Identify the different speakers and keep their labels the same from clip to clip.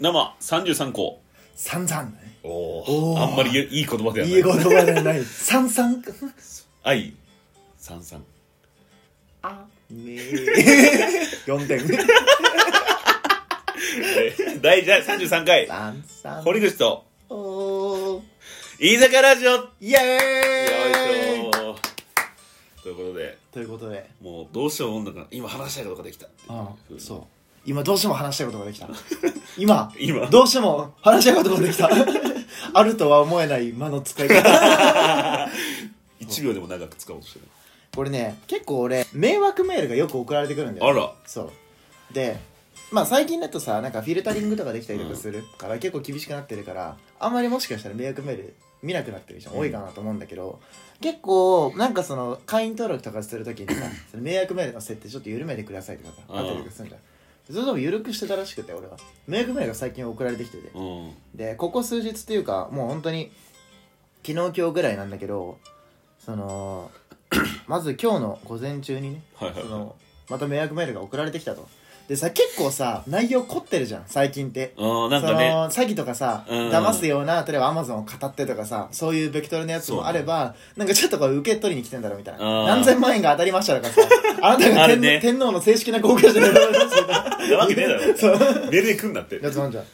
Speaker 1: 生33個
Speaker 2: さんざん。
Speaker 1: お
Speaker 2: おー
Speaker 1: あんまりいい言葉ではい
Speaker 2: い
Speaker 1: ない
Speaker 2: 言葉じ ゃない。さんさん。
Speaker 1: 愛33
Speaker 2: 四
Speaker 1: え
Speaker 2: 点。
Speaker 1: 第じゃあ33回
Speaker 2: さんさん。
Speaker 1: 堀口と
Speaker 2: おー
Speaker 1: 飯坂ラジオよ
Speaker 2: イエーイ
Speaker 1: いしょということで
Speaker 2: ということで、
Speaker 1: もうどうしようもんなくな今話したいことができた
Speaker 2: うん、そう。今どうしても話したいことができた。今、
Speaker 1: 今
Speaker 2: どうしても話したいことができ た。あるとは思えない間の使い方。
Speaker 1: 1秒でも長く使おうとしてる
Speaker 2: これね、結構俺、迷惑メールがよく送られてくるんだよ、
Speaker 1: あら
Speaker 2: そうでまあ最近だとさなんかフィルタリングとかできたりとかするから、結構厳しくなってるからあんまりもしかしたら迷惑メール見なくなってる人も多いかなと思うんだけど、結構なんかその会員登録とかするときにさその迷惑メールの設定ちょっと緩めてくださいとかさ
Speaker 1: うん
Speaker 2: あったりとかするんだよそれでも緩くしてたらしくて俺は迷惑メールが最近送られてきてて
Speaker 1: うん
Speaker 2: でここ数日っていうかもう本当に昨日今日ぐらいなんだけどその まず今日の午前中にね
Speaker 1: はいはい
Speaker 2: そ
Speaker 1: は
Speaker 2: のまた迷惑メールが送られてきたとでさ結構さ内容凝ってるじゃん最近って
Speaker 1: いうんなんかね
Speaker 2: その詐欺とかさ、
Speaker 1: うん
Speaker 2: 騙すような例えばアマゾンを語ってとかさそういうベクトルのやつもあれば、なんかちょっとこれ受け取りに来てんだろみたいな
Speaker 1: あー
Speaker 2: 何千万円が当たりましたとかさあなた
Speaker 1: あ
Speaker 2: が
Speaker 1: る
Speaker 2: 天,、
Speaker 1: ね
Speaker 2: 天皇の正式な合格者になりましたとか
Speaker 1: なわけねえだろ
Speaker 2: そう
Speaker 1: メールで来んなって
Speaker 2: やつなんじゃん、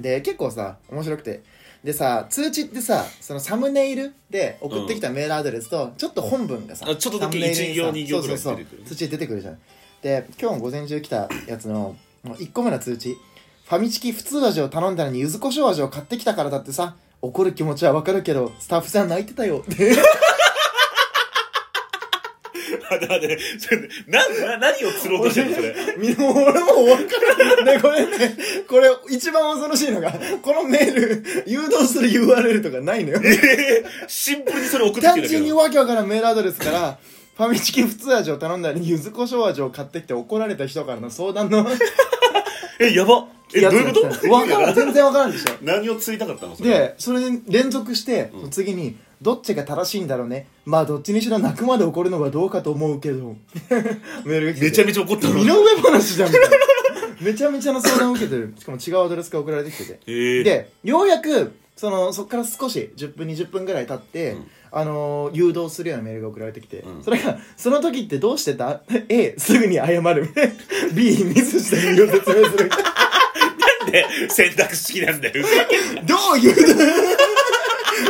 Speaker 2: で結構さ面白くてでさ通知ってさそのサムネイルで送ってきたメールアドレスと、ちょっと本文がさ
Speaker 1: あちょっとだけ
Speaker 2: サムネイルにさ
Speaker 1: 一行二行ぐらい
Speaker 2: そうそう
Speaker 1: 出て
Speaker 2: そ
Speaker 1: く
Speaker 2: う
Speaker 1: る
Speaker 2: 通知出てくるじゃんで今日も午前中来たやつのもう1個目の通知ファミチキ普通味を頼んだのに柚子胡椒味を買ってきたからだってさ怒る気持ちはわかるけどスタッフさん泣いてたよ
Speaker 1: 待って待ってそれなな何を釣ろうとしてるのそ れ
Speaker 2: みんな俺もう分からない。ね、これね、これ一番恐ろしいのが、このメール、誘導する URL とかないのよ。
Speaker 1: えーシンプルにそれ送ってきて
Speaker 2: 単
Speaker 1: るだけ
Speaker 2: 純に
Speaker 1: ど
Speaker 2: わけわからんメールアドレスから、 ファミチキ普通味を頼んだり、柚子胡椒味を買ってきて怒られた人からの相談のや
Speaker 1: えやば
Speaker 2: つ
Speaker 1: えどういうこ
Speaker 2: が来た
Speaker 1: と
Speaker 2: のわからん、全然わからんでし ょ。
Speaker 1: 何を釣りたかったのそれ
Speaker 2: で、それで連続して、次に、どっちが正しいんだろうね。まあ、どっちにしろ泣くまで怒るのはどうかと思うけど、 メールが来てて
Speaker 1: めちゃめちゃ怒ったの
Speaker 2: 井上話じゃんみ たいなめちゃめちゃな相談を受けてるしかも違うアドレスが送られてきてて、
Speaker 1: へえ
Speaker 2: でようやくそのそこから少し10分20分ぐらい経って、
Speaker 1: うん
Speaker 2: あのー誘導するようなメールが送られてきて、
Speaker 1: うん
Speaker 2: それがその時ってどうしてた A すぐに謝る B ミスした理由を説明する
Speaker 1: で選択式なんだよふざけんな
Speaker 2: どういう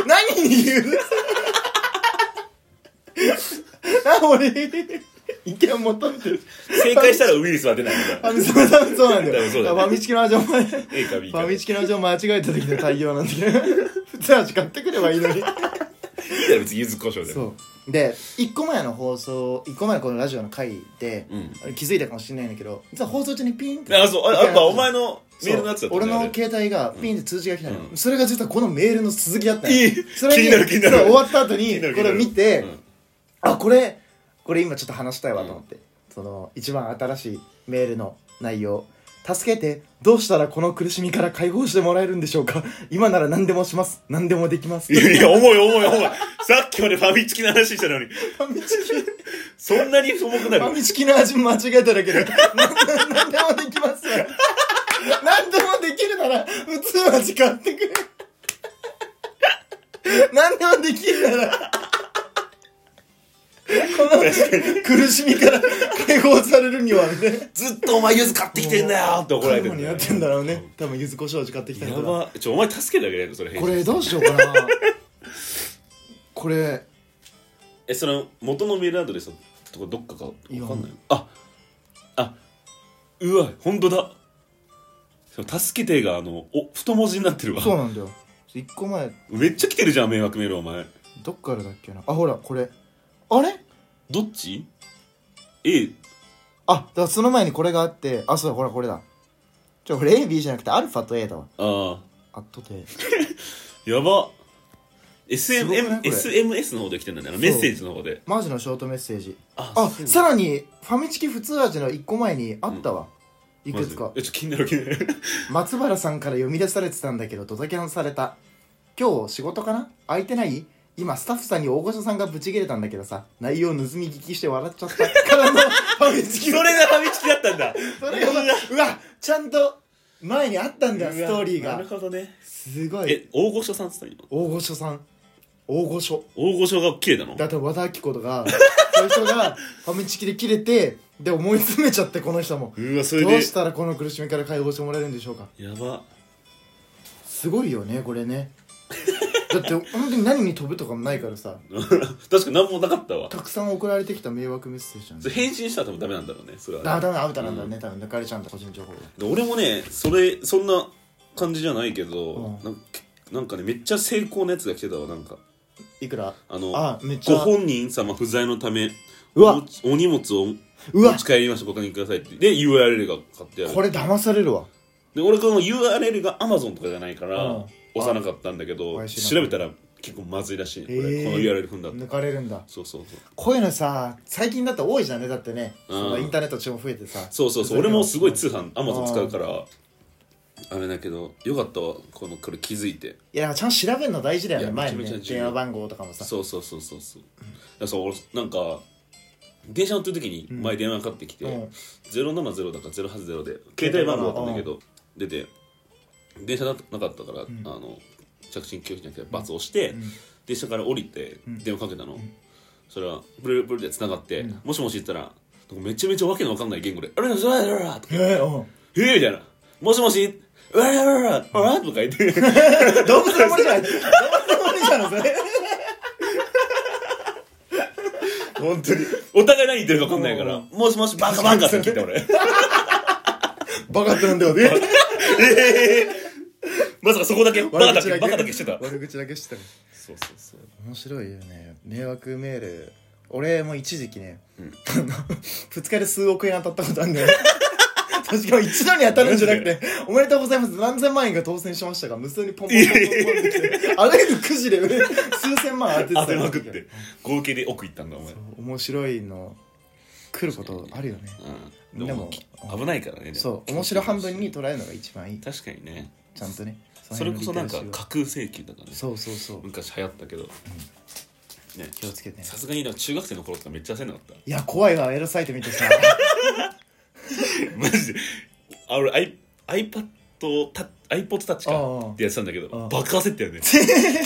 Speaker 2: 何に言うあ俺意見を求めてる
Speaker 1: 正解したらウイルスは出ないん
Speaker 2: フ
Speaker 1: だ
Speaker 2: ァミチキのそうなんだよ。
Speaker 1: そうだね
Speaker 2: ファミチキの味を、フ
Speaker 1: A か B か
Speaker 2: ァミチキの味を間違えた時の対応なんだけど、普通味買ってくればいいのに。
Speaker 1: いいだろ別に柚子胡椒でも
Speaker 2: そう。で、1個前の放送、1個前のこのラジオの回で、
Speaker 1: うん
Speaker 2: 気づいたかもしれないんだけど、実は放送中にピンって。
Speaker 1: あそうあやっぱお前の
Speaker 2: そう
Speaker 1: メールのやつだった
Speaker 2: 俺
Speaker 1: ねあ
Speaker 2: の
Speaker 1: れ
Speaker 2: 携帯がピンって通知が来たの、
Speaker 1: う
Speaker 2: それが実はこのメールの続きだったの
Speaker 1: いい
Speaker 2: それ
Speaker 1: 気になる気になる
Speaker 2: そう終わった後
Speaker 1: 気
Speaker 2: に
Speaker 1: になる
Speaker 2: これを見て、
Speaker 1: うん
Speaker 2: あこれこれ今ちょっと話したいわと思って、その一番新しいメールの内容助けてどうしたらこの苦しみから解放してもらえるんでしょうか今なら何でもします何でもできます
Speaker 1: いやい や重い重い重いさっきまでファミチキの話したのに
Speaker 2: ファミチキフ
Speaker 1: そんなに重くな
Speaker 2: ァ
Speaker 1: る
Speaker 2: ミチキの味間違えただけで何何でもできますわ何でもできるなら普通味買ってくれ何でもできるならこの苦しみから解放されるにはみたいな
Speaker 1: ずっとお前柚子買ってきてんだよって怒られて
Speaker 2: る
Speaker 1: る
Speaker 2: にやってんだろうね多分柚子胡椒味買ってきた
Speaker 1: や
Speaker 2: 人だ
Speaker 1: ばちょお前助けてあげないとそれ
Speaker 2: これどうしようかなこれ
Speaker 1: えその元のメールアドレスとかどっかかわか
Speaker 2: いや
Speaker 1: んないああうわ本当だその助けてがあのお太文字になってるわ
Speaker 2: そうなんだよ1個前
Speaker 1: めっちゃ来てるじゃん迷惑メールお前
Speaker 2: どっからだっけなあほらこれあれ
Speaker 1: どっち ?A
Speaker 2: あだからその前にこれがあってあそうだほらこれだちょこれ AB じゃなくてアルファと A だわ
Speaker 1: あ
Speaker 2: あっとて
Speaker 1: あやば
Speaker 2: ごくない
Speaker 1: SM
Speaker 2: これ
Speaker 1: SMS の方で来てんだよな
Speaker 2: そう
Speaker 1: メッセージの方で
Speaker 2: マジのショートメッセージ
Speaker 1: あ
Speaker 2: あ
Speaker 1: そう
Speaker 2: さらにファミチキ普通味の1個前にあったわ、いくつか
Speaker 1: マジでえちょっと気になる気になる
Speaker 2: 松原さんから読み出されてたんだけどドタキャンされた今日仕事かな空いてない今スタッフさんに大御所さんがブチ切れたんだけどさ内容盗み聞きして笑っちゃったからのファミチキ
Speaker 1: それがファミチキだったんだ
Speaker 2: それがうわうわちゃんと前にあったんだよストーリー
Speaker 1: な
Speaker 2: が
Speaker 1: るほどね
Speaker 2: すごい
Speaker 1: え大御所さんっつった今
Speaker 2: 大御所さん大御所
Speaker 1: 大御所が綺麗なの
Speaker 2: だって和田アキ子とか そういう人がファミチキで切れてで思い詰めちゃってこの人も
Speaker 1: うわそれ
Speaker 2: どう
Speaker 1: で
Speaker 2: したらこの苦しみから解放してもらえるんでしょうか
Speaker 1: やば
Speaker 2: すごいよねこれね だって本当に何に飛ぶとかもないからさ
Speaker 1: 確かに何もなかったわ
Speaker 2: たくさん送られてきた迷惑メッセージなん
Speaker 1: それ返信したら多分ダメなんだろうねそれはね
Speaker 2: あダメアウトなんだね、多分抜かれちゃうんだ個人情報が
Speaker 1: で俺もねそれそんな感じじゃないけど、
Speaker 2: う
Speaker 1: な
Speaker 2: ん
Speaker 1: んかなんかねめっちゃ成功なやつが来てたわなんか
Speaker 2: いくら
Speaker 1: あの
Speaker 2: あめっち
Speaker 1: ご
Speaker 2: ゃ
Speaker 1: 本人様不在のため
Speaker 2: うわ
Speaker 1: おお荷物を
Speaker 2: う
Speaker 1: 持
Speaker 2: わ
Speaker 1: ち帰りましたご確認くださいってで URL が買ってあ
Speaker 2: こ
Speaker 1: る
Speaker 2: れ騙されるわ
Speaker 1: で俺この URL が Amazon とかじゃないから、
Speaker 2: うん
Speaker 1: 幼かったんだけど
Speaker 2: あ
Speaker 1: 調べたら結構まずいらしい、これ
Speaker 2: へー
Speaker 1: この URL 踏んだって
Speaker 2: 抜かれるんだ
Speaker 1: そうそうそう
Speaker 2: こういうのさ最近だって多いじゃんねだってね、
Speaker 1: うん
Speaker 2: そのインターネット注文増えてさ
Speaker 1: そうそうそう
Speaker 2: れ
Speaker 1: 俺もすごい通販 Amazon 使うからあれだけどよかったわこのこれ気づいて
Speaker 2: いやちゃんと調べるの大事だよ
Speaker 1: い
Speaker 2: ね
Speaker 1: や
Speaker 2: 前に
Speaker 1: めちゃ
Speaker 2: ね
Speaker 1: めちゃ重要
Speaker 2: 電話番号とかもさ
Speaker 1: そうそうそうそうそうだからそう俺なんか電車乗ってる時に前電話かかってきて、
Speaker 2: うん
Speaker 1: 070だから080で携帯番号だったんだけど出て電車ななかったから、
Speaker 2: ん
Speaker 1: あの着信拒否じゃなくて罰をして、
Speaker 2: うん
Speaker 1: 電車から降りて
Speaker 2: うん
Speaker 1: 電話かけたの、それはブルブルで繋がって、もしもし言ったらなんかめちゃめちゃわけのわかんない言語で「あれそれそれ」とか
Speaker 2: えーうん
Speaker 1: 「えーみたいな「もしもし」うわうわうわうわとか言って
Speaker 2: 動物の森じゃない動物の森じゃないそれ
Speaker 1: 本当にお互い何言ってるか分かんないから「もしもしバカバカ」って聞いた 俺
Speaker 2: バカってなんだよね
Speaker 1: まさかそこだけ バカだけバカだけしてた
Speaker 2: 悪口だけしてた
Speaker 1: そうそうそう
Speaker 2: 面白いよね迷惑メール俺も一時期ね、
Speaker 1: うん
Speaker 2: あの2日で 数億円当たったことあるんだよね 確かに一度に当たるんじゃな くて「おめでとうございます何千万円が当選しました」が無数にポンポンポンポンポンってきてあらゆるくじでね 数千万当ててた
Speaker 1: 当てまくって合計で奥行ったんだお前
Speaker 2: 面白いの来ることあるよね
Speaker 1: うん、で
Speaker 2: で
Speaker 1: も
Speaker 2: も
Speaker 1: 危ないからね
Speaker 2: そう面白半分に捉えるのが一番いい
Speaker 1: 確かにね
Speaker 2: ちゃんとね
Speaker 1: それこそなんか
Speaker 2: の辺のリテラシーは
Speaker 1: 架空請求とかね
Speaker 2: そうそうそう
Speaker 1: 昔流行ったけど、ね
Speaker 2: 気をつけてね
Speaker 1: さすがにでも中学生の頃とかめっちゃ焦んなかった
Speaker 2: いや怖いわエロサイト見て さ
Speaker 1: マジであ俺アイ iPad タ iPod タッチ
Speaker 2: あ
Speaker 1: か
Speaker 2: あ
Speaker 1: ってやってたんだけど
Speaker 2: ああ
Speaker 1: 爆焦ったよ ね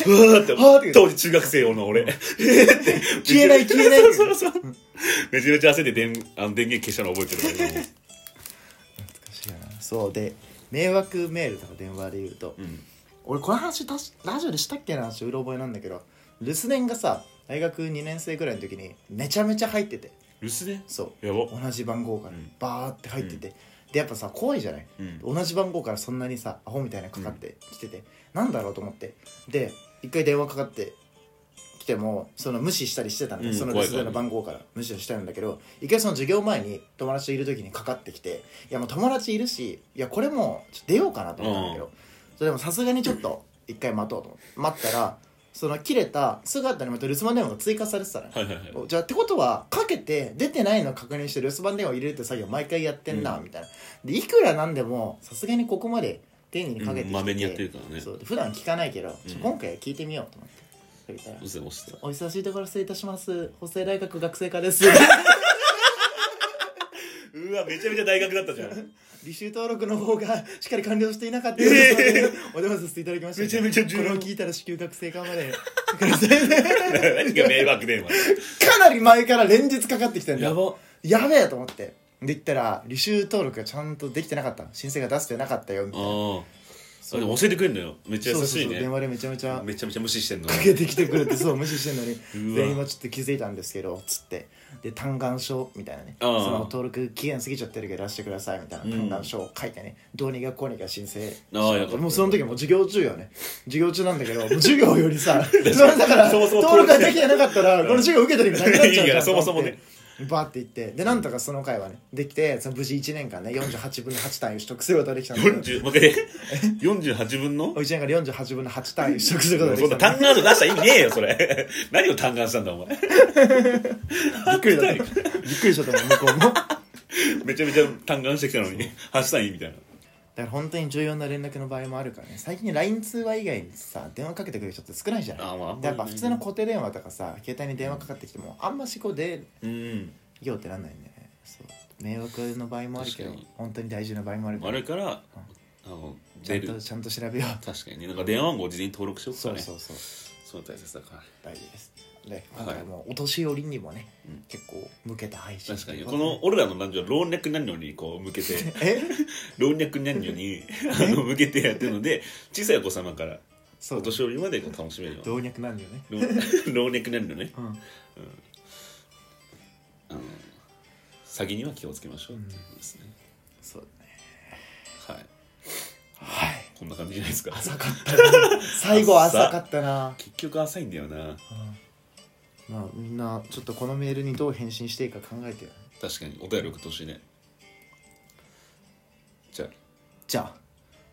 Speaker 1: うわーって
Speaker 2: はあって
Speaker 1: 当時中学生用の俺
Speaker 2: 消えない消えな い
Speaker 1: そうそうそうめちゃめちゃ焦って電あの電源消したの覚えてる
Speaker 2: 懐かしいなそうで迷惑メールとか電話で言うと、
Speaker 1: 俺もうん
Speaker 2: 俺この話たしラジオでしたっけな話うろ覚えなんだけど留守電がさ大学2年生ぐらいの時にめちゃめちゃ入ってて
Speaker 1: 留守電
Speaker 2: そ
Speaker 1: やば
Speaker 2: う同じ番号から
Speaker 1: うん
Speaker 2: バーって入ってて、でやっぱさ怖いじゃない
Speaker 1: うん
Speaker 2: 同じ番号からそんなにさアホみたいなのかかってきてて、なんだろうと思ってで一回電話かかってきてもその無視したりしてたんで、
Speaker 1: うん
Speaker 2: その留守電の番号から無視をしたんだけど一回その授業前に友達といる時にかかってきていやもう友達いるしいやこれもうちょっと出ようかなと思ったんだけど、それでもさすがにちょっと一回待とうと思って待ったらその切れた姿にまた留守番電話が追加されてたの、よ
Speaker 1: はいはいはい
Speaker 2: おじゃあってことはかけて出てないの確認して留守番電話を入れるって作業毎回やってんな、
Speaker 1: うん
Speaker 2: みたいなでいくらなんでもさすがにここまで丁寧にかけてきてて、
Speaker 1: うんまめにやってるからね
Speaker 2: そうで普段聞かないけど、ちょ
Speaker 1: うん
Speaker 2: 今回は聞いてみようと思ってかけたら
Speaker 1: 留守電押してた
Speaker 2: お忙しいところ失礼いたします法政大学学生課です
Speaker 1: うわめちゃめちゃ大学だったじゃん
Speaker 2: 履修登録の方がしっかり完了していなかった
Speaker 1: え
Speaker 2: の
Speaker 1: え
Speaker 2: でお電話させていただきました
Speaker 1: めちゃめちゃ重要
Speaker 2: これを聞いたら至急学生課までくださいね
Speaker 1: 何が迷惑電話
Speaker 2: かなり前から連日かかってきてんだよ
Speaker 1: ば
Speaker 2: やべえと思ってで行ったら履修登録がちゃんとできてなかったの申請が出せてなかったよみ
Speaker 1: あ
Speaker 2: たいな
Speaker 1: ーあ
Speaker 2: そう
Speaker 1: でも教えてくれんのよめっちゃ優しい
Speaker 2: そうそうそう電
Speaker 1: ね
Speaker 2: 話でめちゃめちゃ
Speaker 1: めちゃめちゃ無視してんの
Speaker 2: かけてきてくれてそう無視してんの
Speaker 1: う
Speaker 2: に
Speaker 1: わ
Speaker 2: で今ちょっと気づいたんですけどつってで嘆願書みたいなね
Speaker 1: あ
Speaker 2: そ
Speaker 1: ー
Speaker 2: の登録期限過ぎちゃってるけど出してくださいみたいな
Speaker 1: うん
Speaker 2: 嘆願書を書いてね、どうにかこうにか申請
Speaker 1: あーよかった
Speaker 2: もうその時もう授業中よね授業中なんだけどもう授業よ りさそれだから
Speaker 1: そもそも
Speaker 2: 登録ができてなかったらこの授業受けてる意味なくなっちゃ
Speaker 1: い
Speaker 2: うじ
Speaker 1: や
Speaker 2: ゃん
Speaker 1: そもそもね
Speaker 2: バーって行ってでなんとかその回はねできてその無事1年間ね48分の8単位を取得することができたんだけど
Speaker 1: 40もう一回ね48分の
Speaker 2: 1年間で48分の8単位を取得することがで
Speaker 1: そ
Speaker 2: き
Speaker 1: んな
Speaker 2: たんだ
Speaker 1: 単眼書出した意味ねえよそれ 何を単眼したん だお前
Speaker 2: びっくりだったびっくりしちゃったもん向こうも
Speaker 1: めちゃめちゃ単眼してきたのに発したいみたいな
Speaker 2: だから本当に重要な連絡の場合もあるからね最近 LINE 通話以外にさ電話かけてくる人って少ないじゃない
Speaker 1: あーまああんまりね
Speaker 2: でやっぱ普通の固定電話とかさ携帯に電話かかってきてもあんましこう出
Speaker 1: うん
Speaker 2: ようってなんないんだよねそう迷惑の場合もあるけど
Speaker 1: 確かに
Speaker 2: 本当に大事な場合もあるか
Speaker 1: あ
Speaker 2: ら
Speaker 1: れからあ多分
Speaker 2: ちゃ
Speaker 1: 出
Speaker 2: ん
Speaker 1: る
Speaker 2: とちゃんと調べよう
Speaker 1: 確かにねなんか電話番号を事前に登録しようか
Speaker 2: そう
Speaker 1: ね
Speaker 2: そうそう
Speaker 1: そう大切だからね
Speaker 2: 大事ですで
Speaker 1: はい
Speaker 2: 今回もお年寄りにもね、
Speaker 1: うん
Speaker 2: 結構向けた配信
Speaker 1: 確か
Speaker 2: とい
Speaker 1: に
Speaker 2: うと
Speaker 1: こ
Speaker 2: で
Speaker 1: の俺らの男女は老若男女にこう向けて
Speaker 2: え
Speaker 1: 老若男女にあの向けてやってるので小さいお子様から
Speaker 2: そ
Speaker 1: お
Speaker 2: う
Speaker 1: 年寄りまでこう楽しめるよ
Speaker 2: 老若男女ね
Speaker 1: 老老 若男女ね
Speaker 2: うん、
Speaker 1: あの詐欺には気をつけましょうっていうことですね、
Speaker 2: そうだね
Speaker 1: はい
Speaker 2: はい
Speaker 1: こんな感じじゃないですか
Speaker 2: 浅かったな最後
Speaker 1: 浅
Speaker 2: 浅かったな
Speaker 1: 結局浅いんだよな
Speaker 2: うんまあみんなちょっとこのメールにどう返信していいか考えてよ
Speaker 1: 確かにお便り送ってほしいねじゃあ
Speaker 2: じゃあ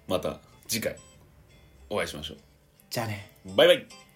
Speaker 1: また次回お会いしましょ
Speaker 2: じゃあね
Speaker 1: うバイバイ